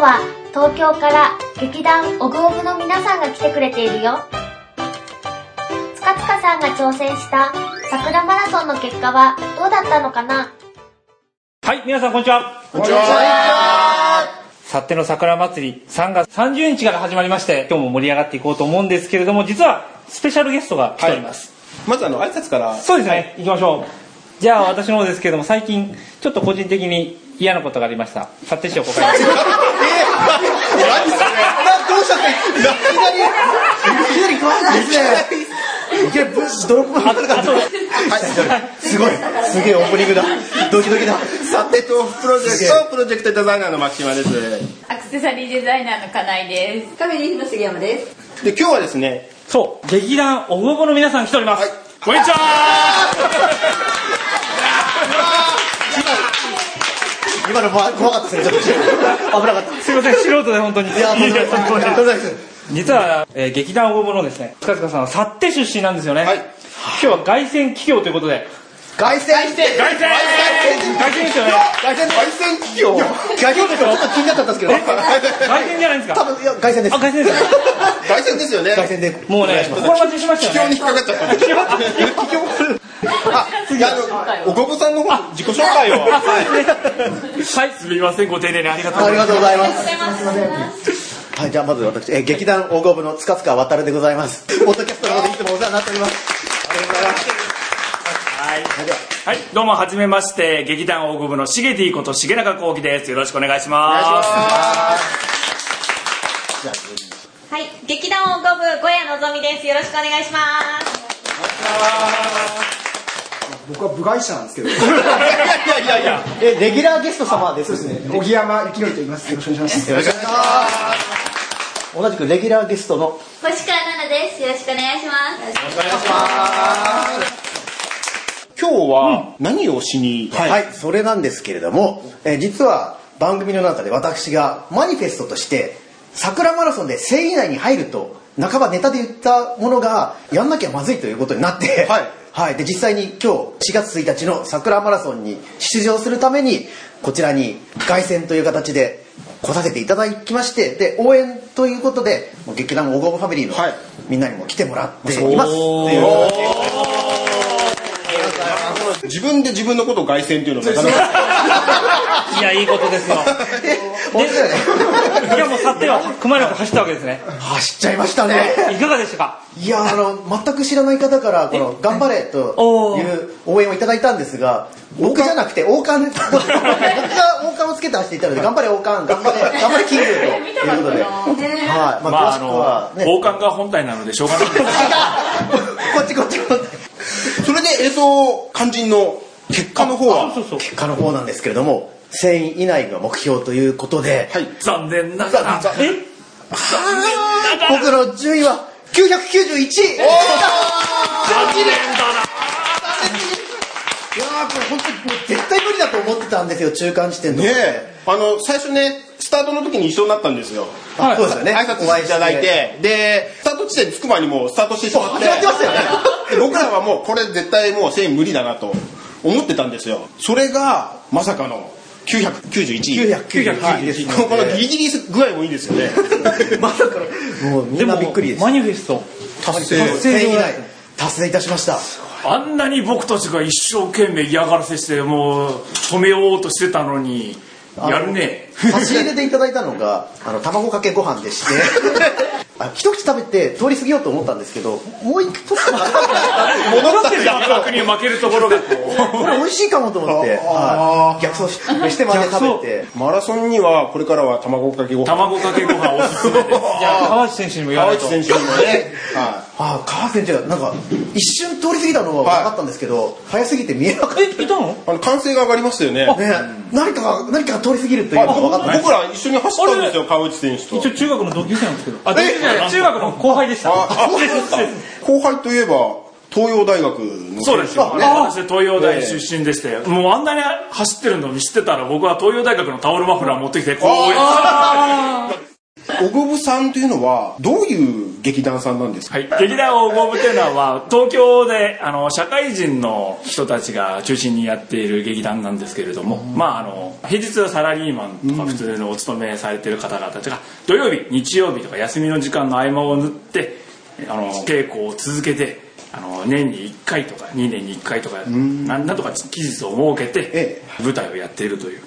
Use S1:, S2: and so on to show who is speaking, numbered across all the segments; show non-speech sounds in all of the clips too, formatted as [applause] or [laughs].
S1: は東京から劇団オグオグの皆さんが来てくれているよ。つかつかさんが挑戦した桜マラソンの結果はどうだったのかな
S2: はい、皆さんこんにちは。
S3: こんにちは。
S2: さっての桜祭り3月30日から始まりまして、今日も盛り上がっていこうと思うんですけれども、実はスペシャルゲストが来ております。
S3: まずあの挨拶から。
S2: そうですね、行きましょう。じゃあ私の方ですけれども、最近ちょっと個人的に嫌なことがありました。さって師匠ここから。
S3: えー、何それ。などうしたって。いきなり。いきなり変わったですね。いきなりブッシュドロップ
S2: あと、あと、
S3: はい、すごい。すげえオープニングだ。ドキドキだ。さてとプロジェクトプロジェクトデザイナーの牧島です。
S4: アクセサリーデザイナーの金井です。
S5: カフェリーフの杉山です。
S3: で今日はですね。
S2: そう、劇団オグオグの皆さん来ております。
S3: こんにちは。今の怖かったですね。ちょっと危なかった。
S2: すいません、素人で本当に。
S3: いや、とんでもない
S2: やとんでもない
S3: です。
S2: [laughs] 実は、えー劇団応募のですね、塚塚さんは幸手出身なんですよね。
S3: はい
S2: 今日は凱旋企業ということで。
S3: 凱旋
S2: 凱旋凱旋ですよね。
S3: 凱旋凱旋企業凱旋ってちょっと気になっちゃったんですけど
S2: 凱旋じゃないんです
S3: 多
S2: か
S3: 分いや凱旋です
S2: あ、凱旋ですよね。
S3: 凱旋ですよね凱旋で
S2: もうね、心待ちにしました
S3: 企
S2: よ
S3: 業に
S2: ね。
S3: 引っかかっちゃった企業あ、いやあの、おこぼさんの方自己紹介を
S2: あ、そうですね。はい、すみません、ご丁寧にありがとうご
S6: あ
S2: ざい
S6: り
S2: ま
S6: がとうございます。
S4: は
S6: はい、じゃあまず私、えー劇団大河部の塚塚渡るでございます。ポッドキャストの方でいつ [laughs] もお世話になっております。
S7: はい、はい、どうもはじめまして劇団大久部のしげていこと重中幸輝ですよろしくお願いします
S4: い、劇団音楽部小屋のぞみです。よろしくお願いします。
S8: 僕は部外者なんですけど、
S3: いやいやいや
S6: え、レギュラーゲスト様です。そうですね。
S8: 小木山幸則と言います。よろしくお願いします。よろしくお願いしま
S6: 同じくレギュラーゲストの、
S4: 星川奈々です。よろしくお願いします。
S3: 今日は何をしに
S6: はい、それなんですけれども、えー実は番組の中で私がマニフェストとして、桜マラソンで1000位以内に入ると、半ばネタで言ったものが、やんなきゃまずいということになって、
S3: はい
S6: はい、で実際に今日4月1日の桜マラソンに出場するためにこちらに凱旋という形で来させていただきましてで応援ということでもう劇団オゴブファミリーの
S3: はい
S6: みんなにも来てもらっています、っていう
S3: 自分で自分のことを凱旋っていうのが
S2: す。いや、いいこ
S7: [laughs]
S2: とですよ。
S6: 本当だよね
S2: いや、もう幸手は組まれなく走ったわけですね。
S6: [laughs] 走っちゃいましたね
S2: いかがでしたか
S6: いやあの全く知らない方からこの「頑張れ」
S2: お
S6: と
S2: ー
S6: いう応援をいただいたんですが僕じゃなくて
S3: [laughs]
S6: 王冠僕が王冠をつけて走っていたので「頑張れ王冠頑張れ頑張れキング」ということで、はいま
S7: まあ
S6: あ、詳
S7: あ
S6: しくは
S7: の、
S6: ね、
S7: 王冠が本体なのでしょうがないんです
S6: [laughs] こっちこっちこっち
S3: それで、えっと、肝心の結果の方は
S2: [laughs] そうそうそう。
S6: 結果の方なんですけれども1000位以内が目標ということで、
S3: はい
S7: 残念ながら
S3: ざ
S2: え
S6: 僕の順位は991位
S7: 残念だない
S6: やーこれ本当に [laughs] もう絶対無理だと思ってたんですよ中間地点の
S3: ねえあの最初ねスタートの時に一緒になったんですよ
S6: あそうですよね
S3: 挨拶していただいてでスタート地点に着く前にもうスタートしてし [laughs] まって
S6: 始まってましたよね
S3: で僕らはもうこれ絶対もう1000無理だなと思ってたんですよそれがまさかの991位
S6: 991位ですので
S3: このギリギリ具合もいいですよね
S6: まさかのもうみんなびっくりです
S2: マニフェスト。
S3: 達成
S6: 達成以内達成いたしました
S7: あんなに僕たちが一生懸命嫌がらせしてもう止めようとしてたのにやるね
S6: 差し入れていただいたのがあの卵かけご飯でして
S7: [laughs]
S6: あ一口食べて通り過ぎようと思ったんですけどもう一口食べた
S3: 戻ったんだ
S7: 逆に負けるところがこう
S6: これ美味しいかもと思って、はい、逆走してしてまで食べて
S3: マラソンにはこれからは卵かけご飯
S7: 卵かけご飯おすすめです
S2: じゃあ、川内選手にも言わ
S3: 川
S2: ない
S3: 内
S2: と。
S3: 選手にもね、 [laughs] は
S6: ああ川先生がなんか一瞬通り過ぎたのは分かったんですけど、早すぎて見えなかっ
S2: え、いたの
S3: い、あの歓声が上がりましたよね
S6: た、ね、何かが何かが通り過ぎるという
S3: あ
S6: のが分かった
S3: 僕僕ら一緒に走ったんですよ川内選手と
S2: 一応中学の同級生なんですけど。あ、同級生じゃない中学の後輩でした。
S3: あ、あそうですか。後輩といえば、東洋大学の。
S7: そうですよ、ね、私東洋大出身でして、もうあんなに走ってるのに知ってたら僕は東洋大学のタオルマフラー持ってきてこうやって
S3: 小久保さんというのは、どういう劇団さんなんですか
S2: はい、劇団大ゴブというのは東京であの社会人の人たちが中心にやっている劇団なんですけれども、まああの平日はサラリーマンとか普通のお勤めされてる方々たちが土曜日日曜日とか休みの時間の合間を縫ってあの稽古を続けてあの年に1回とか2年に1回とかなんなんとか期日を設けて
S3: え
S2: 舞台をやっているという、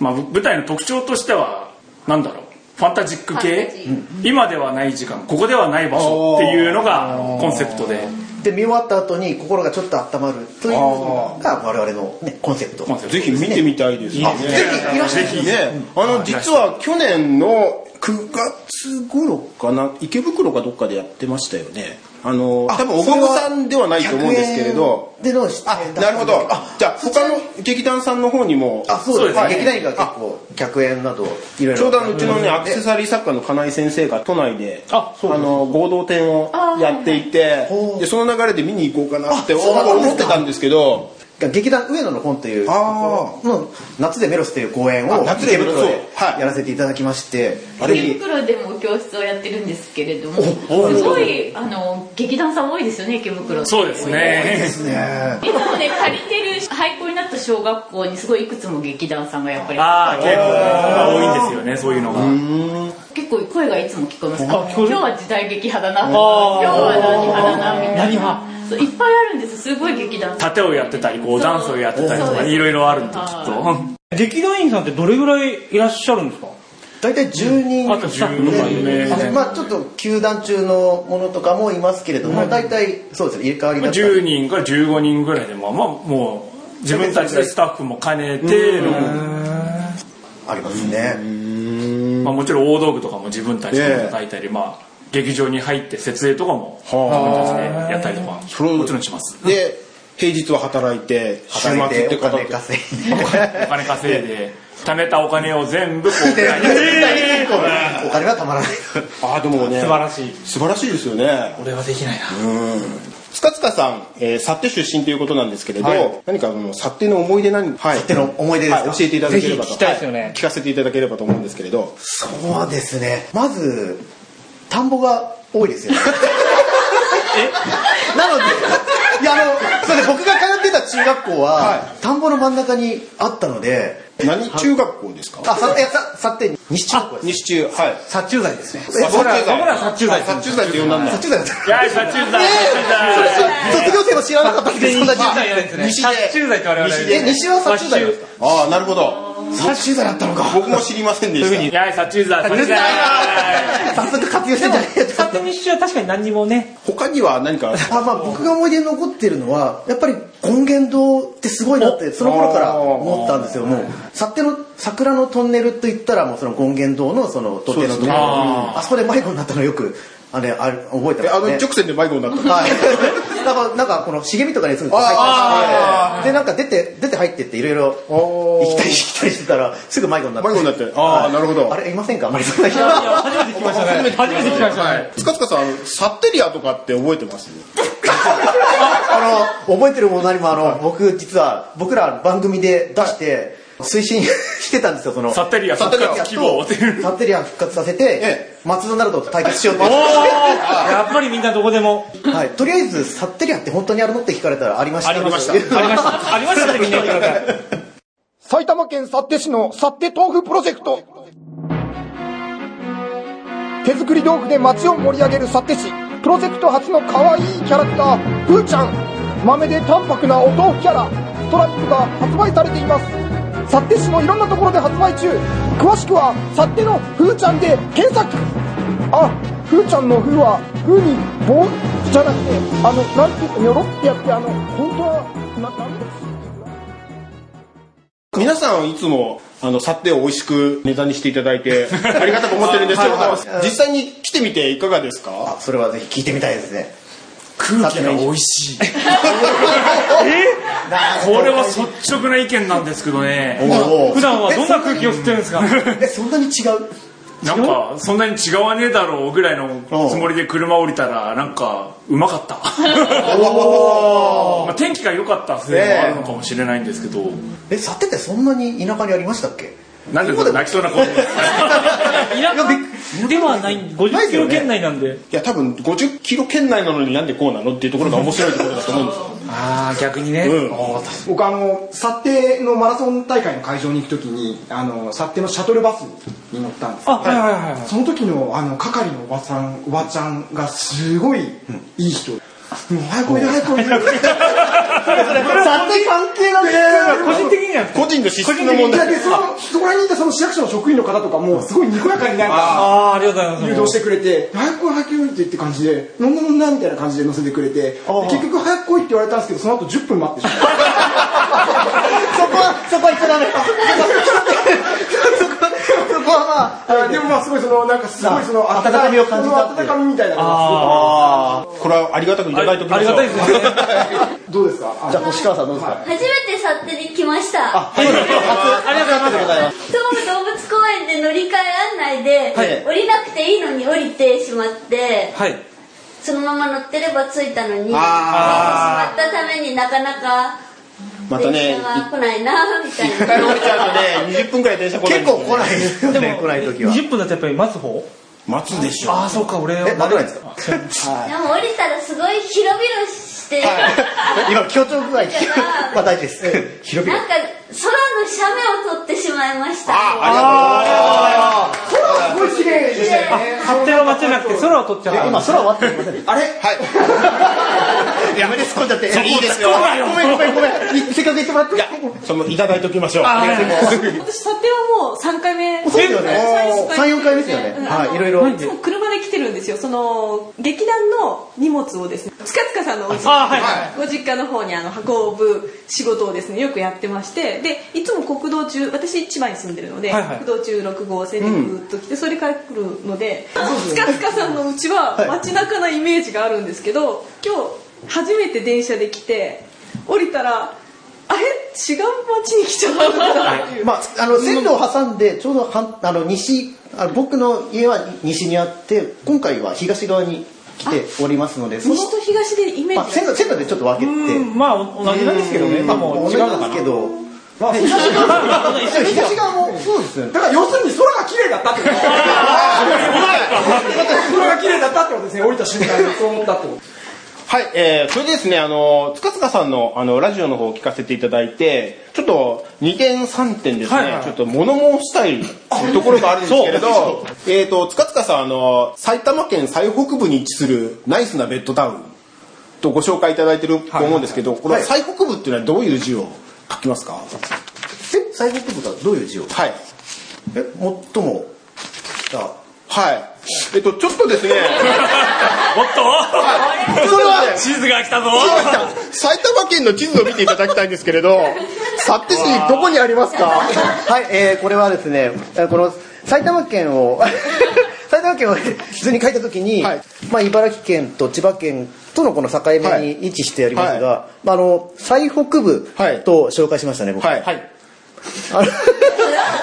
S2: まあ、舞台の特徴としてはなんだろうファンタジック
S9: ファン
S2: 系
S9: タジー
S2: 今ではない時間ここではない場所っていうのがあのコンセプトで
S6: で見終わった後に心がちょっと温まるというのが我々の、ね、コンセプト
S2: コンセプト
S3: ぜひ見てみたいですね。
S6: ぜひいらっしゃい
S2: ぜひ
S3: ね、あの実は去年の9月頃かな池袋かどっかでやってましたよねあの多分小久保さんではないと思うんですけれど
S6: での出
S3: あ
S6: 演だ
S3: なるほどあじゃあ他の劇団さんの方にも
S6: あそうです
S2: そう
S6: ね
S2: です
S6: 劇団員が結構客演などいろいろ
S3: ちょうどあのうちのねアクセサリー作家の金井先生が都内であの合同展をやっていて
S6: ほう
S3: でその流れで見に行こうかなって
S6: あそうなんですか
S3: 思ってたんですけど
S6: 劇団上野の本という
S3: あ
S6: の夏でメロスという公演
S3: あ
S6: を
S3: 夏で
S6: 池
S3: メロス
S6: 袋で
S3: そうはい
S6: やらせていただきましてぜ
S4: 池
S6: ひ
S4: 袋でも教室をやってるんですけれども
S3: おお
S4: すごいあの劇団さん多いですよね池袋って
S2: そうですね
S6: ね
S4: いつもね借りてる廃校になった小学校にすごいいくつも劇団さんがやっぱり
S2: ああ結構が多いんですよねそういうのが
S4: 結構声がいつも聞こえます
S10: あ
S4: 今
S10: 聞こえる
S4: 日は時代劇派だな今日は何派だなみたいなそういっぱいあるんですすごい劇団さん
S2: 盾をやってたりこうダンスをやってたりと
S4: そう
S2: か
S4: です
S2: いろいろあるんできっと
S10: 劇団員さんってどれぐらいいらっしゃるんですか
S6: 大体10人
S10: あとスタッフとかい
S2: 10
S10: る
S2: 名
S6: あのまあちょっと球団中のものとかもいますけれども大体そうですね入れ替わりだったり
S2: 10人から15人ぐらいでまあまあもう自分たちでスタッフも兼ねての、
S6: ありますね
S2: まあ、もちろん大道具とかも自分たちで叩いたり、まあ劇場に入って設営とかも自分たちでやったりとか
S3: れを
S2: もちろんします
S3: で平日は働いて週末
S6: 働い
S3: ってて
S6: お金
S3: 方
S6: 稼い
S2: お金稼いで貯めたお金を全部こう
S6: お金はたまらない
S3: あでもね
S10: 素晴らしい
S3: 素晴らしいですよね
S2: 俺はできないな
S3: 塚塚さん、えー、幸手出身ということなんですけれど、何かあの幸手の思い出何、はい、幸
S6: 手の思い出ですか
S3: はい、教えていただければと
S10: ぜひ聞きたいですよね
S3: は聞かせていただければと思うんですけれど
S6: そうですねまず田んぼが多いですよえなのでいやあのそうです僕が通ってた中学校は、田んぼの真ん中にあったので
S3: 何中学校ですか
S6: あさいやささって西中学校です
S3: 西中はい
S11: 殺虫剤ですね
S6: え僕ら
S3: 殺虫剤
S10: 僕ら殺虫剤
S3: あ殺虫剤って呼んだんだ
S6: 殺虫剤だった
S2: いや殺虫剤殺虫剤
S6: 卒業生も知らなかったんでそんなに
S10: 殺虫剤じゃないですね
S3: 西で
S10: 殺虫剤って我々
S3: 西
S6: え西は殺虫剤なんですか
S3: ああなるほど
S6: 殺虫剤だったのか
S3: 僕も知りませんで
S10: そういうふう
S3: し
S10: に
S2: いや殺虫剤殺虫剤
S6: 早速活用してんじゃねえよ
S10: 使ってみしは確かに何にもね
S3: た他には何か
S6: あまあ、僕が思い出に残ってるのはやっぱり権現堂ってすごいなってその頃から思ったんですよもうさっての桜のトンネルといったらもうその権現堂のその土手の
S3: そ
S6: ところ、
S3: うですね
S6: あそこで迷子になったのよくあれあれ覚えて
S3: えあ
S6: ま
S3: の
S6: すね
S3: 直線で迷子になった
S6: [laughs] はい、なんかなんかこの茂みとかにすぐ入ってきてでなんか出て出て入ってっていろいろ行きたり来たりしてたらすぐ迷子になって
S3: 迷子になってああなるほど
S6: あれいませんかあんまりそんな人
S10: 初めて聞きましたね初めて聞きましたね
S3: 塚塚さんあのサッテリアとかって覚えてます
S6: あの、覚えてるも何もあの、僕実は、僕ら番組で出して、推進 [laughs] してたんですよ、その。
S2: サッテリア復活希望っていう
S6: サッテリア復活させて
S3: え、
S6: マツドナルドと対決しようって
S10: お
S6: いう。
S10: ーやっぱりみんなどこでも
S6: [laughs] はい。とりあえず、サッテリアって本当にあるのって聞かれたらありました。
S10: ありましたありましたありま
S2: [laughs]
S10: したってみんな言ってください
S12: 埼玉県幸手市の幸手豆腐プロジェクト手作り豆腐で街を盛り上げる幸手市プロジェクト初の可愛いキャラクターふーちゃん豆で淡白なお豆腐キャラストラップが発売されています幸手市のいろんなところで発売中詳しくは幸手のふーちゃんで検索あふーちゃんのふーはふーに棒じゃなくてあのなんて言ってニョロってやってあの本当はなダメです
S3: 皆さんいつもあのサッテを美味しくネタにしていただ
S12: [laughs]
S3: いてありがたく思ってるんですけれど実際に来てみていかがですか
S6: あそれはぜひ聞いてみたいですね。
S2: 空気が美味しいこれは率直な意見なんですけどね
S6: お
S10: 普段はどんな空気を吸ってるんですか
S6: え、そんなに違う
S2: [laughs] なんかそんなに違わねえだろうぐらいのつもりで車降りたらなんかうまか
S10: [laughs]
S2: ったまあ天気が良かったせいもあるのかもしれないんですけど
S6: え、サッテってそんなに田舎にありましたっけ
S13: なんで泣きそうな声
S2: 田舎ではない50キロ圏内なんで
S3: いや多分50キロ圏内なのになんでこうなのっていうところが面白いところだと思うんですよ
S2: ああ逆にね、
S3: うん
S2: おー
S11: 僕あの幸手のマラソン大会の会場に行くときにあの幸手のシャトルバスに乗ったんです
S2: あはいはいはいはい
S11: その時のあの係のおばさんおばちゃんがすごいいい人、もう早くおいで早くおいで幸手関係なく
S2: 個人的には
S3: 個人の資質の
S11: い
S3: 問
S11: や
S3: 題
S11: でそのそこら辺にいたその市役所の職員の方とかもすごいにこやかになんか
S2: ああありがとうございま
S11: 誘
S2: す
S11: 導してくれて「早く来い早く来い」って言って感じで「飲んだ飲んだ」みたいな感じで乗せてくれて結局早く来いって言われたんですけどその後10分待ってしまった
S6: そこはそこは行っちゃダメそこそこそこはまあ
S11: あでもまあすごいそのなんかすごいその
S6: 温かみを感じたって
S11: 温かみみたいなのが
S2: あ
S3: これはありがたくいただいておき
S2: あ
S3: ま
S2: り
S3: しょ
S2: がた
S3: う
S2: いですよね
S11: どうですかあ
S6: じゃあ星川さんどうですか
S9: 初めて勝手に来ました
S6: ありがとうございます
S9: 東武動物公園で乗り換え案内で、
S6: はい
S9: 降りなくていいのに降りてしまって
S2: はい
S9: そのまま乗ってれば着いたのに乗ってしまったためになかなか
S3: またね
S9: 電車が来ないなみたい
S3: 一回
S9: な
S3: 降りちゃうとね20分くらい電車来ない
S6: 結構来ないですよ
S2: で
S6: ね
S2: も
S6: 来ない時は
S2: 20分だとやっぱり待つ方
S3: 待つでしょ
S2: ああそうか俺
S6: え待てないんですか
S9: でも降りたらすごい広々してる
S6: 今強調具合まあ大事です広
S9: なんか空の斜面を撮ってしまいました
S11: 空すごい綺麗でしたよね
S2: 勝手は待てなくて空を取っちゃった
S6: 今空割ってませんあれはいやめです込んじゃって
S3: いいですよ
S6: ごめんごめんごめんせっかく言ってもらって
S3: そのいただいておきましょうありがとうございます
S14: 私、査定はもう3回目。
S6: そうですよね
S14: 3
S6: 3-4回目ですよねはいいろいろ
S14: そう車で来てるんですよその劇団の荷物をですね塚塚さんのお家
S2: あはいはい
S14: ご実家の方にあの運ぶ仕事をですねよくやってましてでいつも国道中私千葉に住んでるので、
S2: はいはい
S14: 国道中6号線でぐーっと来て、それから来るので塚塚さんのうちは街中なイメージがあるんですけど、今日初めて電車で来て降りたらあれ違う街に来ちゃったなっていう、
S6: まあ、あの線路を挟んでちょうどはあの西あの僕の家は西にあって今回は東側に来ておりますのでその
S14: 西と東でイメージが、
S6: まあ、線路線路でちょっと分けて
S2: うんまあ同じなんですけどねまあも
S6: 同
S2: う
S6: じ
S2: 違うの
S6: なん
S2: か
S6: で
S2: な
S6: すけど
S11: まあ東側も東側も
S6: そうですね
S11: だから要するに空が綺麗だったってこと空が綺麗だったってことですね降りた瞬間にそう思ったってこと
S3: はい、えー、それでですね、あの、つかつかさんの、あの、ラジオの方を聞かせていただいて、ちょっと、2点3点ですね、
S2: はいはい
S3: ちょっと物申したいところがあるんですけれど、えっと、つかつかさん、あの、埼玉県最北部に位置するナイスなベッドタウンとご紹介いただいてると思うんですけど、これ、最北部っていうのはどういう字を書きますか
S6: え最後ってことはどういう字を
S3: はい。
S6: え最もあ
S3: はい。えっと、ちょっ
S2: [laughs]
S3: とですね、
S13: おっと
S3: それは、
S13: 地図が来たぞ
S3: 埼玉県の地図を見ていただきたいんですけれど、幸手市どこにありますか
S6: [laughs] はい、えー、これはですね、えーこの埼玉県を [laughs] 埼玉県を普通に書いた時に、
S3: はい
S6: まあ茨城県と千葉県とのこの境目
S3: はい
S6: に位置してありますが、まああの最北部
S3: はい
S6: と紹介しましたね、僕。
S3: はい。[laughs]
S6: あの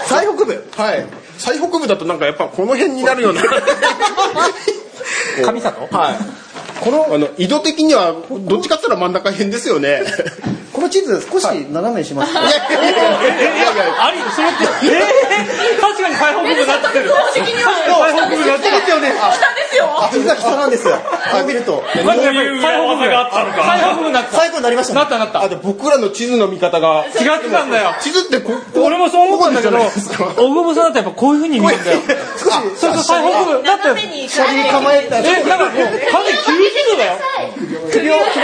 S6: 最北部。
S3: はい。最北部だとなんかやっぱこの辺になるような。
S2: 神里
S3: [laughs] はい。この、あの、緯度的には、どっちかって言ったら真ん中辺ですよね。
S6: この地図少し斜めにしますと、
S2: ええありそれってえー確かに開放部になってる
S14: 的には
S2: 開放部になってる
S6: ですよね。あ
S14: 北ですよ
S6: 地図が北なんですよ。こう見ると
S2: こういう裏技があったのか開放部になった
S6: 最後になりましたね
S2: なったなった
S3: あ、で僕らの地図の見方が、
S2: 違ってたんだよ
S3: 地図ってここ
S2: 俺もそう思ったんだけど
S3: ここじゃないですか
S2: 大久保さんだったらやっぱこういう風に見えるんだよ
S3: あ
S2: そうそう開放部だったよ
S4: 斜めに行
S6: 下
S4: か
S6: に
S4: ない
S6: 構えた
S2: えなんかもう完全に90度だよ
S6: 首を首を曲げて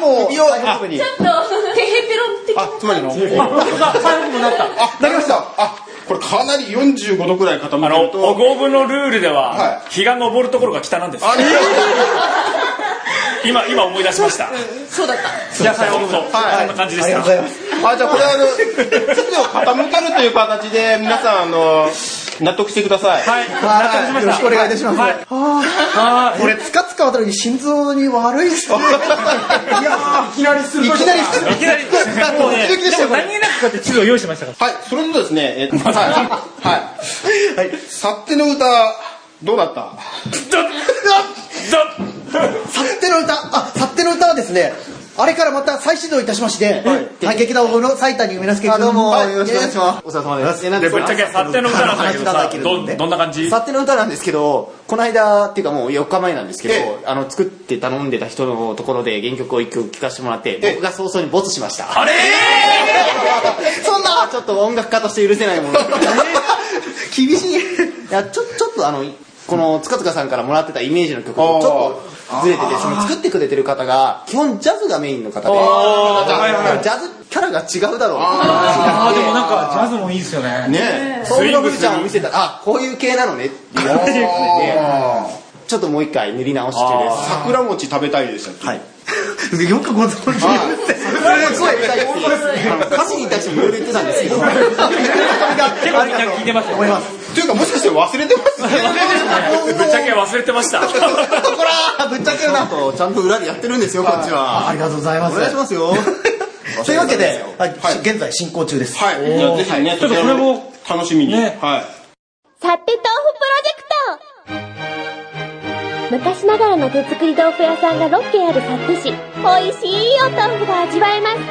S6: も最北部に。
S9: ちょっと
S14: ペヘペロン的
S3: あ、つまりの、
S2: あ本当だ開放部になった
S3: あ、なりました。あ、これかなり45度くらい傾
S13: あ
S3: け
S13: の
S3: る
S13: お
S3: と。
S13: 合部のルールでは、
S3: は
S13: 日が昇るところが北なんです今今思い出しました
S14: そうだった
S13: じゃあ最後こんな感じで
S6: あ
S13: し
S6: り
S13: た
S6: がとうございます。
S3: あ、じゃあこれあの、地図を傾けるという形で、皆さん、あの、納得してください。
S2: はい
S6: はい、よろしくお願いいたします。
S2: はいあ
S6: これつかつか渡るに心臓に悪いっすね。いや
S11: いきなりす
S6: ー
S11: る
S6: いきなり
S2: ーいきなりもうね
S3: ドキドキでした
S2: で
S3: よ
S2: も何気なくこうやって地図を用意してましたから
S3: はい、それとですね、えっと、はい、はい、はい、さっての歌、どうだった
S13: ドッドッ
S6: さっての歌あさっての歌はですねあれからまた再始動いたしまして、はい、劇団の斉谷梅之助
S15: あ、
S6: 君
S15: どうも、
S6: はい
S15: よろしくお願いします。お疲れ様です。えなん
S2: で
S15: か
S2: ぶっちゃけ勝手の歌なんだけ
S15: 話
S2: どさ
S15: だけ
S2: どどんな感じ
S15: 勝手の歌なんですけど、この間っていうかもう4日前なんですけど、あの作って頼んでた人のところで原曲を1曲聴かせてもらって、僕が早々にボツしました。あれそんなちょっと音楽家として許せないもの。
S6: [laughs]
S15: 厳しい。いや、ちょ、ちょっとあの、この塚塚さんからもらってたイメージの曲とちょっとずれてて、その作ってくれてる方が、基本ジャズがメインの方で、ジャズキャラが違うだろう
S10: あーでもなんかジャズもいいですよね
S15: ねえ、そういうのブルちゃんを見せたら、あ、こういう系なのねっていうのでちょっともう一回塗り直してで
S3: 桜餅食べたいでしたっけ
S6: はいよくご存知ですね
S15: す。ごい、歌詞に対してもいろいろ言ってたんですけど、
S10: 結構みんな聞いてますよ
S6: 思います
S3: というかもしかして忘れてます
S2: ぶっちゃけ忘れてました。
S15: こらぶっちゃけるなと、ちゃんと裏でやってるんですよ、こっち
S6: あ
S15: は。
S6: りがとうございます
S15: お願いしますよ。
S6: というわけで、はい現在進行中です、
S3: はい。じゃあぜひね、
S10: ちょっとこれも
S3: 楽しみに。
S10: ね
S3: はい。
S1: さて豆腐プロジェクト昔ながらの手作り豆腐屋さんが6軒ある幸手市美味しいお豆腐が味わえます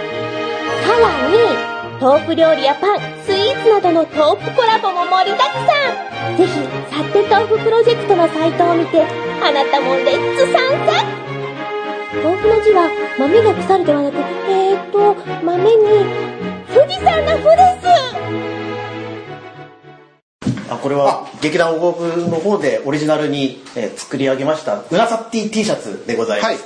S1: さらに豆腐料理やパンスイーツなどの豆腐コラボも盛りだくさんぜひ幸手豆腐プロジェクトのサイトを見てあなたもレッツ参戦豆腐の字は豆が腐るではなくえーと豆に富士山の富です
S6: あこれは劇団王国の方でオリジナルに、えー作り上げましたうなさっ T T シャツでございます、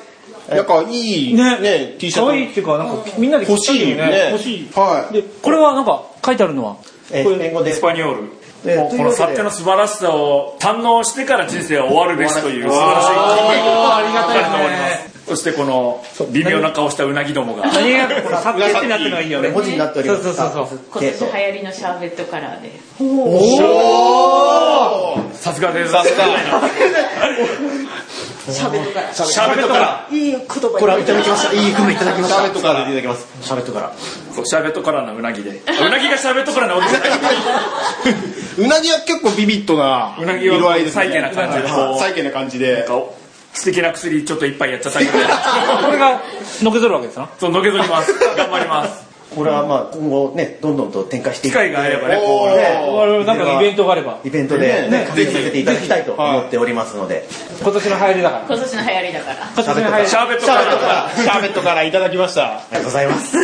S3: はい。なんかいい、
S10: ね
S3: ね、T シャ
S10: 可
S3: ツ。
S10: 愛いっていうかなんかみんなで聞きたよ
S3: 欲
S10: 欲
S3: し
S10: し
S3: い
S10: い
S3: ねはい
S10: でこれはなんか書いてあるのは
S6: えー、英語で
S2: エスパニョール。
S6: えー
S2: もうこ
S6: というわ
S2: の
S6: けで
S2: サッテの素晴らしさを堪能してから人生は終わるべしという素晴らしいありがたいます。そしてこの微妙な顔したうなぎどもが。
S10: 何がこのサッってなってるのがいいよね
S6: 文字になっております
S10: そうそうそうそう
S9: 今年流行りのシャーベットカラーで。
S2: さすがです。さすが。
S9: シャーベットカラー。
S2: しゃべっとから。
S6: いい言葉これはいただきましたいい言葉いただきましたシャーベットからいただきますシャーベットから
S2: そう、しゃべっとからのうなぎで。うなぎがしゃべっとからなわけじゃな
S3: うなぎは結構ビビットな、
S2: うなぎは
S3: 色合いですね。
S2: サイケな感じで
S3: はいサイケな感じで。
S2: い。素敵な薬ちょっと一杯やっちゃったりとか
S10: これがのけぞるわけですな
S2: そう、のけぞります。頑張ります。
S6: これはまあ今後ねどんどんと展開してい
S2: 機
S6: く
S2: 会があればね、こう。
S6: ね
S10: 我々なんかイベントがあれば
S6: イベントで、ね、確認させていただきたいと
S3: ぜひはい
S6: 思っておりますので、
S10: 今年の流行りだから
S9: 今年の流行りだから。
S10: 今年の流行り
S2: シャーベットから
S3: シャーベットからいただきました。
S6: ありがとうござい [laughs] ます。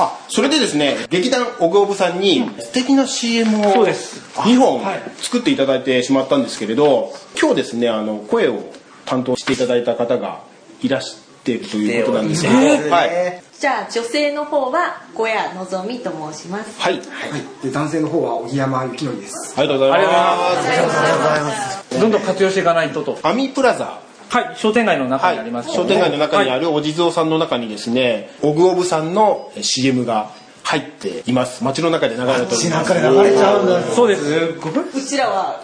S3: あ、それでですね、劇団オグオブさんに素敵な CM を
S10: そうです
S3: 2本
S10: はい
S3: 作っていただいてしまったんですけれど、今日ですね、あの、声を担当していただいた方がいらしているということなんですけど、はい。
S9: じゃあ女性の方は小屋のぞみと申します。
S3: はい。
S11: で男性の方は荻山幸典です
S3: ありがとうございます。
S10: どんどん活用していかないとと
S3: アミプラザ。
S10: はい商店街の中
S3: はい
S10: にあります、
S3: 商店街の中にあ
S10: る、
S3: るお地蔵さんの中にですね、オグオブさんの CM が入っています。街の中で流れております。
S6: 街の中で流れちゃうんだ。
S10: はいそうです
S9: うちらは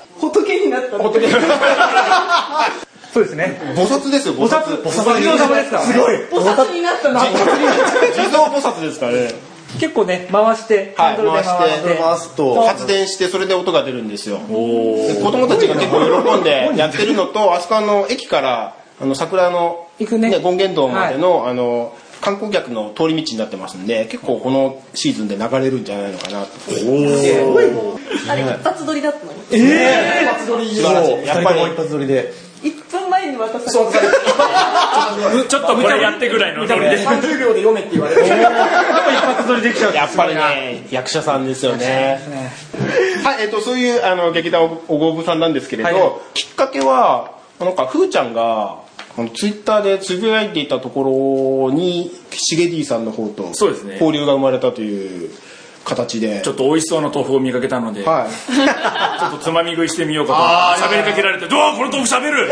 S10: そうですね
S3: 菩薩ですよ、
S10: 菩
S3: 菩薩。
S10: 薩菩薩様ですから、ね、
S9: 菩薩になったな。 [laughs]
S3: 地蔵菩薩ですからね。
S10: 結構ね回して
S3: はい
S10: ハンドルで回
S3: 回し
S10: してて
S6: 回すと、
S3: 発電してそれで音が出るんですよで子供たちが結構喜んでやってるのとあそこあの駅からあの桜の、
S10: 行くね
S3: 権現堂までの,、あの観光客の通り道になってますんで結構このシーズンで流れるんじゃないのかなと
S4: あれ一発撮りだったの
S3: やっぱり
S6: 一発撮りで。
S4: 1分前に渡されて
S2: ちょっとこれやってぐらいのノリで。
S11: 30秒で読めって言われて
S3: やっぱりね役者さんですよねはいえっとそういうあの劇団おごぶさんなんですけれど、
S10: はい
S3: きっかけはなんかふーちゃんがあのツイッターでつぶやいていたところにしげ D さんの方と
S2: そうですね
S3: 交流が生まれたという形で
S2: ちょっと美味しそうな豆腐を見かけたので、
S3: はい
S2: ちょっとつまみ食いしてみようかと。喋りかけられて、どうこの豆腐喋る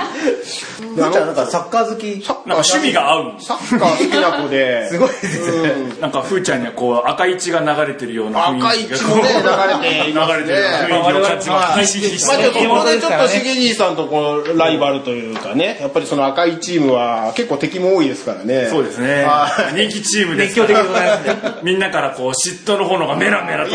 S6: ふーちゃんなんかサッカー好き。
S3: サッカ
S2: なんか趣味が合うんです。
S3: サッカー好きな子で
S6: すごいですね。
S2: なんかふーちゃんにはこう赤い血が流れてるような雰囲気が
S3: 赤い血もね流れていますね
S2: 流れてるような [laughs] 雰囲気を感じます。ひしひし
S3: まあちょっとここでちょっ
S10: そう
S3: と
S10: です
S3: し
S10: ね
S3: げじいさんとこうライバルというかねやっぱりその赤いチームは結構敵も多いですからね
S2: そうですね
S3: は。
S2: 人気チームで
S10: 熱
S2: す。
S10: 狂的でございますね
S2: みんなからこう嫉妬の方のがメラメラと。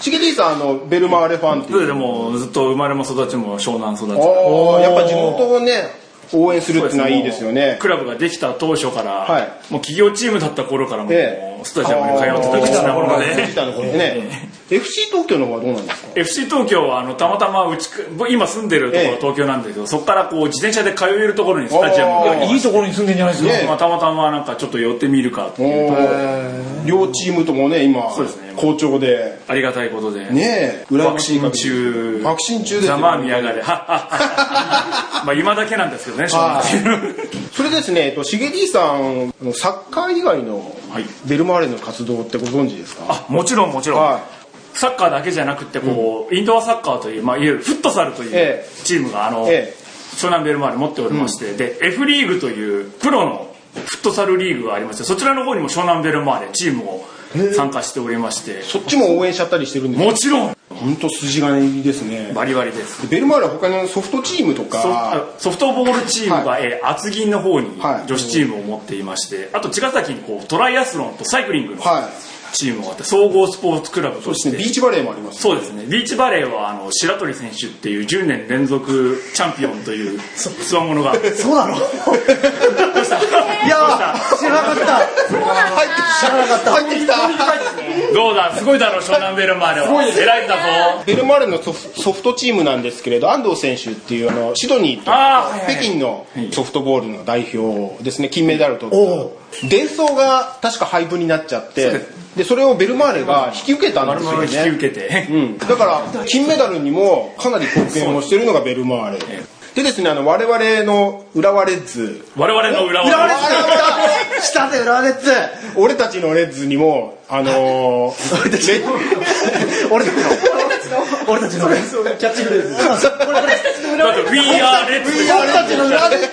S3: しげじいさんあのベルマーレファンっていう
S2: それでもうずっと生まれも育ちも湘南育ち。
S3: おーやっぱ地元をね応援するっていうのはいいですよね。
S2: クラブができた当初から、
S3: はい
S2: もう企業チームだった頃からも、
S3: え
S2: スタジアムに通ってた口なもので、 [laughs]
S3: 来たところでね。FC 東京の方はどうなんですか
S2: FC 東京はあのたまたまうちく今住んでるところ
S3: ええ
S2: 東京なんですけど、そこからこう自転車で通えるところにスタジアムがありま
S10: いいところに住んでんじゃないですか。
S2: すまあたまたまなんかちょっと寄ってみるかっていうと
S3: 両チームともね、今
S2: そうですね、
S3: 好調で。
S2: ありがたいことで、
S3: ねえ、裏
S2: ワクチン中
S3: ワクチン中です
S2: ざ
S3: よ
S2: まあ見やがれはっはっ
S3: [laughs]
S2: はまあ今だけなんですけどね正直
S3: それですね、えっと、しげりさん、あのサッカー以外の
S2: はい
S3: ベルマーレの活動ってご存知ですか
S2: あもちろんもちろん、
S3: は
S2: サッカーだけじゃなくてこう、インドアサッカーという、まあ、いわゆるフットサルという
S3: え
S2: チームがあの、
S3: ええ
S2: 湘南ベルマーレ持っておりまして、で F リーグというプロのフットサルリーグがありましてそちらの方にも湘南ベルマーレチームを参加しておりまして、
S3: そっちも応援しちゃったりしてるんです
S2: もちろん
S3: か本当筋金入りですね。
S2: バリバリです
S3: ベルマーレは他のソフトチームと
S2: ソフ
S3: か、
S2: ソフトボールチームが、
S3: は
S2: えー厚木の方に
S3: はい
S2: 女子チームを持っていまして、あと茅ヶ崎にこうトライアスロンとサイクリングの
S3: はい。
S2: チームがあって総合スポーツクラブ
S3: そ
S2: と
S3: うです
S2: し
S3: ね、
S2: て
S3: ビーチバレーもあります。
S2: そうですねビーチバレーはあの白鳥選手っていう10年連続チャンピオンというつわもの [laughs] が
S6: そうなのいや
S2: どうした
S6: ー知らなかった
S3: 入ってきた入ってきた
S2: どうだすごいだろう湘南ベルマーレは偉いんだぞ
S3: [laughs] ベルマーレのソフソフトチームなんですけれど安藤選手っていうあのシドニーと
S2: あーはいはいはい
S3: 北京のソフトボールの代表ですね金メダルを取った伝送が確か廃部になっちゃって
S2: で
S3: でそれをベルマーレが引き受けたんですよ
S2: 引き
S3: ね、
S2: 受けて、
S3: うん、だから金メダルにもかなり貢献をしてるのがベルマーレでですねあの我々の浦和レッズ
S2: 我々の裏
S6: 浦和レ
S2: 技
S6: ッズ来たぜ浦和レッズ
S3: 俺たちのレッズにもあのー、 [laughs] 俺たち
S6: 俺たちの俺たちの俺たちのキャッチフレーズ
S2: だって We are Let's
S3: 俺たちの裏レッズ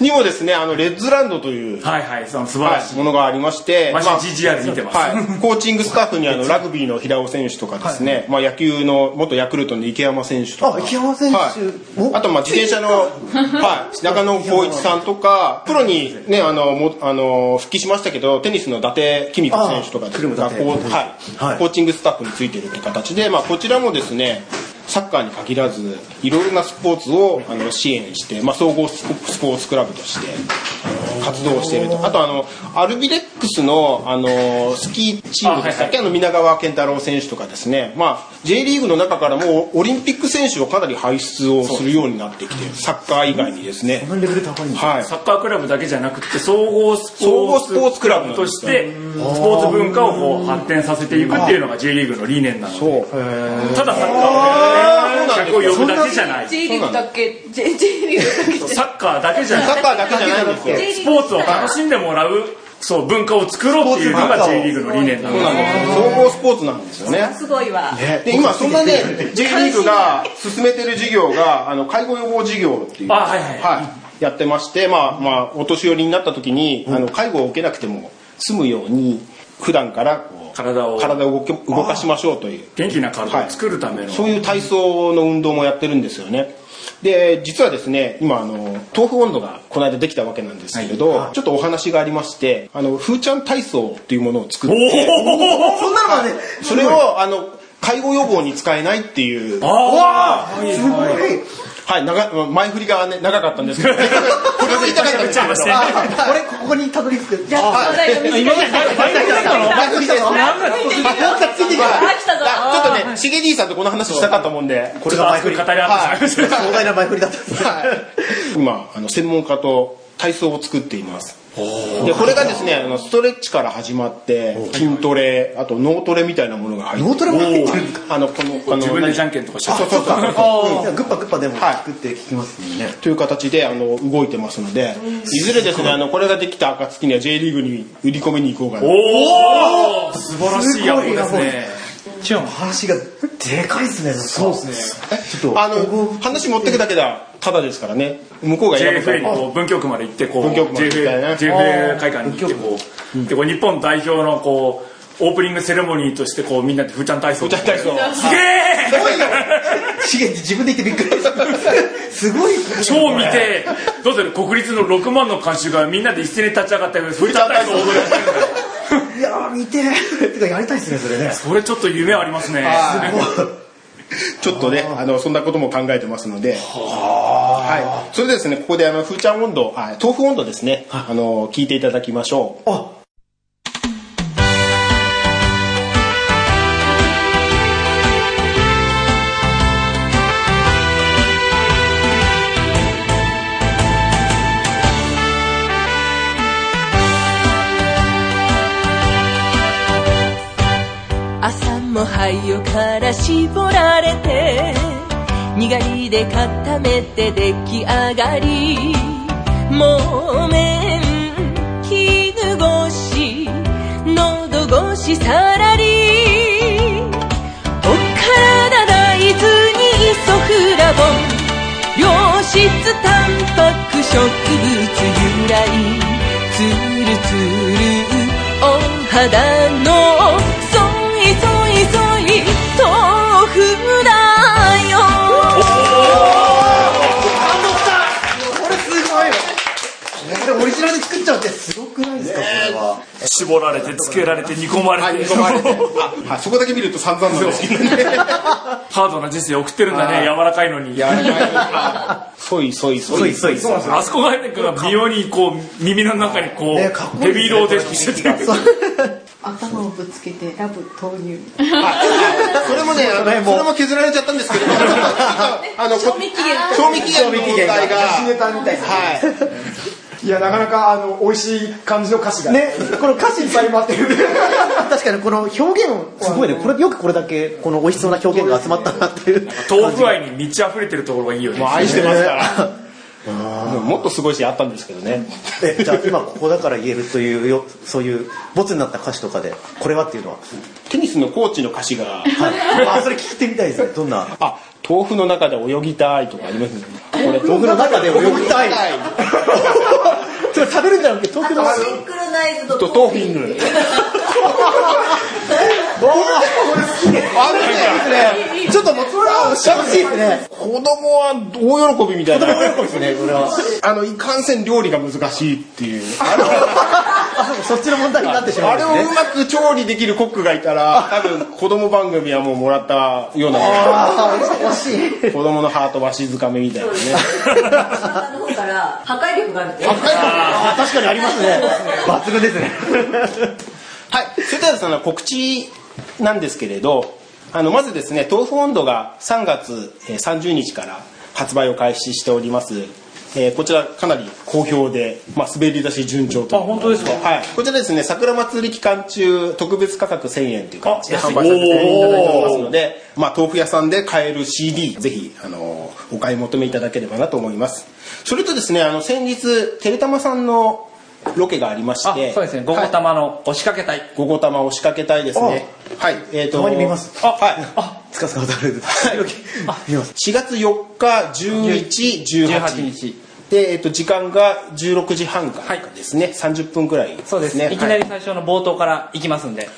S3: にもですねあのレッズランドという
S2: はいはいその素晴
S3: は
S2: らし
S3: い
S2: い、
S3: ものがありまして、
S2: 私
S3: まあ
S2: GGR 見てます、
S3: はい、コーチングスタッフにあのラグビーの平尾選手とかですね、まあ、野球の元ヤクルトの池山選手とか
S6: あ池山選手
S3: はい
S6: お
S3: あとまあ自転車の、はい、中野光一さんとかプロに、ね、あのもあの復帰しましたけどテニスの伊達公子選手とか
S6: あクルム伊達
S3: 学校
S6: は
S3: はいい、コーチングスタッフについているという形で、まあ、こちらもですねサッカーに限らずいろいろなスポーツをあの支援して、まあ、総合スポスポーツクラブとして活動をしているとあとあのアルビレックスのあのスキーチームでしたっけあの皆川健太郎選手とかですね、まあ、J リーグの中からもオリンピック選手をかなり輩出をするようになってきてサッカー以外にですね、
S6: このレベル高いんだ
S3: はい、
S2: サッカークラブだけじゃなくて総合ス
S3: 総
S2: ポ
S3: 合
S2: ーツ
S3: スポーツクラブ
S2: としてスポーツ文化をこう発展させていくっていうのが J リーグの理念なのでただサッカーを客を呼ぶだけじゃない
S4: J リーグだっけ J, J リーグだけじゃ
S2: サッカーだけじゃ
S3: サ
S2: な
S3: ッ
S2: い
S3: カーだけじゃないんですよ
S4: J リ
S2: ス
S4: ー
S2: ポ
S4: グ
S2: ーツを楽しんでもらうそう文化を作ろうっていうのが J リーグの理念なの
S3: そうなん
S2: で
S3: ですよ総合スポーツなんですよね
S9: すごいわ。
S3: で今そんなね J リーグが進めてる事業があの介護予防事業っていう
S2: あはいはい
S3: やってまして、まあまあ、お年寄りになった時に、あの介護を受けなくても済むように普段からこう
S2: 体を
S3: 体を動け動かしましょうという
S2: 元気な体を作るための
S3: そういう体操の運動もやってるんですよねで実はですね今あの豆腐温度がこの間できたわけなんですけれど、ちょっとお話がありましてあの風ちゃん体操っていうものを作って
S6: そんなのがね
S3: [laughs] それをあの介護予防に使えないっていう
S2: ああ
S6: すごい
S3: はい、長前振りが、ね、長かったんですけ
S6: [laughs]
S3: ど、これを言いたかったんですけど、
S6: あ俺ここにたどり着く
S4: じゃあ話題が見つかった
S3: 前振りだよ。あ
S6: ついてきた
S4: あ来たぞ
S3: ちょっとね、しげ兄さんとこの話したかったもんで、
S6: こ
S2: ちょっと熱く語り合ってしまいました
S6: 壮大な前振りだったんです
S3: はい今あの専門家と体操を作っていますでこれがですねあのストレッチから始まって筋トレあと脳トレみたいなものが入って
S6: 脳トレも入ってるんです
S3: あのこのあの
S2: 自分でじゃ
S3: 何
S2: んけんとかし
S3: そう
S2: て
S3: そうそう
S6: じゃあグッパグッパでも
S3: はい
S6: 作って聞きますもんね
S3: という形であの動いてますのでいずれですねあのこれができた暁には J リーグに売り込みに行こうかな
S2: おお素晴らしい野望ですね
S6: 話がでかいですねそうですねちょっと
S3: あの話持ってくだけだただですからね向こうが選ぶから
S2: JFA にこう文京区まで行ってこう
S3: 文京区まで行きたいね
S2: JFA, JFA 会館に行ってこうでこう日本代表のこうオープニングセレモニーとしてこうみんなでフーちゃん体操
S3: 歌ったりそう
S2: すげえ
S6: 資源自分で言ってびっくりしたすごい
S2: 超見てどうする国立の6万の観衆がみんなで一斉に立ち上がってフーちゃん体操を踊り始める
S6: いやー見ててかやりたいですねそれね
S2: それちょっと夢ありますね
S3: ちょっとねあのそんなことも考えてますのではい。それでですね、ここであの、ふーちゃん温度、あ豆腐温度ですね、あの、聞いていただきましょう。
S14: 朝も灰をから絞られてにがりで固めて出来上がりもめん絹ごし喉越しさらりお体大豆にソフラボン良質タンパク植物由来ツルツルお肌のそいそいそい豆腐だよ
S6: これすごいわこれオリジナルで作っちゃうってすごくないですかこれは
S2: 絞られてつけられて煮込まれて
S3: はい、そこだけ見ると散々なんですけどね。
S2: ハードな人生送ってるんだね柔らかいのに
S3: そいそいそいそい。そうなんですよ
S2: あそこがなんか美容にこう耳の中にこう
S6: ねかっこいい
S2: ヘビーローテーションしてて
S4: 頭をぶつけてラブ投入
S3: それもね、あのそれも削られちゃったんですけど、あの、こ
S4: 賞味期限
S3: 賞味期限の問題が、
S6: 橋ネタみたいな
S3: はい。
S11: いや、なかなか、あの、美味しい感じの歌詞が。
S6: ねこの歌詞
S11: いっぱい待ってる。
S6: 確かにこの表現すごいねこれよくこれだけこの美味しそうな表現が集まったなっていう
S2: 豆腐愛に満ち溢れてるところがいいよね
S3: もう愛してますから。もっとすごいしあったんですけどね。
S6: えじゃあ今ここだから言えるというよそういうボツになった歌詞とかでこれはっていうのは
S3: テニスのコーチの歌詞が、
S6: あそれ聞いてみたいですねどんな
S3: [laughs] あ、豆腐の中で泳ぎたいとかありますね。これ、
S6: 豆腐の中で泳ぎたい
S3: はい
S6: それ食べるんじゃなくて東京の
S9: あとシンクロナイズド
S3: と
S9: と
S3: トーフィング。あるじゃん
S6: ちょっともうそれは楽しいですね
S3: 子供は大喜びみたいな。
S6: ですねこれは
S3: あの、いかんせん料理が難しいっていう。
S6: あそうかそっちの問題になってし
S3: あ
S6: まうん
S3: れ
S6: で
S3: をう
S6: すね
S3: まく調理できるコックがいたら、多分子供番組はもうもらったような、
S6: ああ惜しい
S3: 子供のハートは静かめみたいなね。
S9: 体の方から破壊力があるって
S6: あー確かにありますね抜群ですね
S3: はい、それではその告知なんですけれど、あのまずですね、豆腐温度が3月えー30日から発売を開始しております。えーこちらかなり好評で、まあ、滑り出し順調という
S10: あ本当ですか
S3: はい、こちらですね桜祭り期間中特別価格1000円という形で
S10: あ安い
S3: 販売させていただいておりますので、まあ、豆腐屋さんで買える CD ぜひあのお買い求めいただければなと思いますそれとですねあの先日テレタマさんのロケがありまし
S10: あ
S3: て
S10: そうですね五
S3: はい
S10: 個玉の押しかけたい
S3: ごごたまを仕掛けたいですね。はい。えっ、と。
S6: たまに見ます
S3: あ、はい。
S6: つかつか歌われる見ます
S3: 4月4日、11、18。
S10: 18日
S3: で、えっ、と、時間が16時半からですね。30分くらい、
S10: そうですねいきなり最初の冒頭から行きますんで
S3: は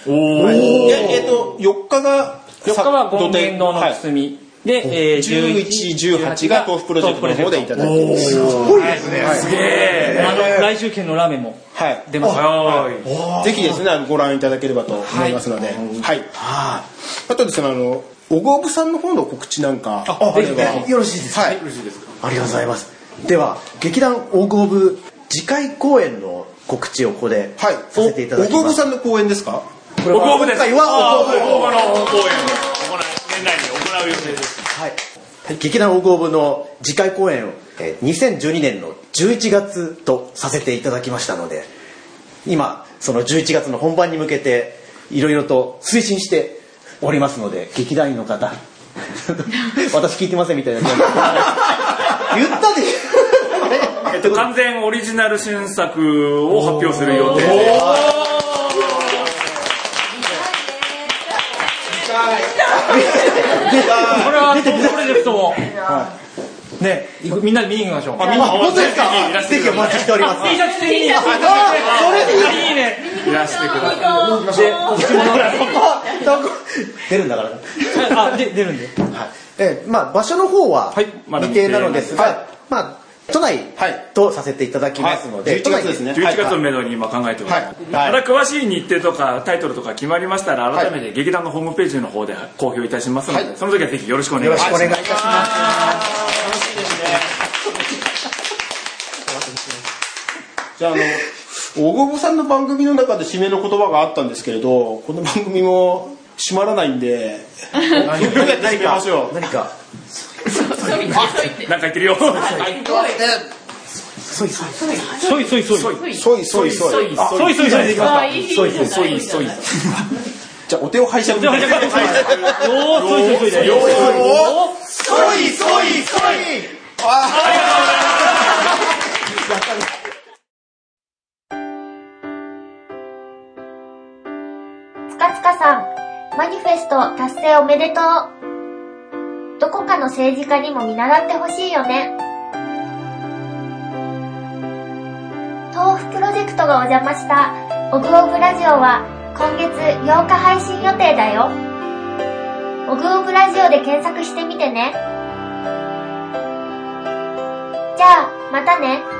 S3: いで、えっ、と、4日が、
S10: 4日は権現堂
S3: は
S10: の
S3: い
S10: 包みでえー
S3: 11、18が豆腐プロジェクトの方でいただいてます。
S10: すげえあの来週券のラーメンも
S3: はい。
S10: 出ますはい
S3: ぜひですね、あのご覧いただければと思いますので。はい。あとですね、あの、おごぶさんの方の告知なんか、あれば。
S6: よろしいですか
S3: はい。
S6: ありがとうございますでは劇団大久保部次回公演の告知をここで
S3: はい。
S6: させていただき
S3: おおご
S6: ま
S3: ぶ
S6: す
S3: さんの公演ですか
S6: これは
S2: 大久保部です
S6: 今回は大久保部
S2: 大久保の本公演を行い年内に行う予定です
S6: はい、劇団大久保部の次回公演を、えー2012年の11月とさせていただきましたので今その11月の本番に向けていろいろと推進しておりますので劇団員
S3: [laughs]
S6: の方私聞いてませんみたいな感じ言ったでしょ
S2: えっと完全オリジナル新作を発表する予定で
S10: これはトッププロジェクトもねみんなで見に行きましょう
S6: あ本当ですか
S2: いらして
S6: ぜひお待ちしております
S10: T シャツ着て見に行きましょういいね
S2: いらしてください
S6: 出るんだからね
S10: あで出るんで
S6: えーまあ、場所の方は
S2: はいまだ
S6: 未定なのですが、まあ、都内
S3: はい
S6: とさせていただきますので、
S3: はい11月ですね
S2: 11月をめどに今考えてます、
S3: はいはい
S2: また詳しい日程とかタイトルとか決まりましたら
S3: い
S2: 改めて劇団のホームページの方で公表いたしますので、その時はぜひよろしくお願いします
S6: よろしくお願いいたします
S2: あ
S3: じゃあ、あの、大久保さんの番組の中で締めの言葉があったんですけれど、この番組も締まらないんで、 [laughs] 何か締めましょう。何か。
S2: なんか言ってるよ。
S3: そいそいそい
S2: そいそいそい
S3: そいそいそい
S2: あそいそいそいでいきますかあいい
S3: そいそいそいそいじゃあお手を拝借
S2: お手を拝借
S3: よーそいそいそい
S2: よー
S3: そいそいそい
S1: つかつかさん、マニフェスト達成おめでとう。どこかの政治家にも見習ってほしいよね。豆腐プロジェクトがお邪魔したオグオグラジオは今月8日配信予定だよ。オグオグラジオで検索してみてね。じゃあ、またね。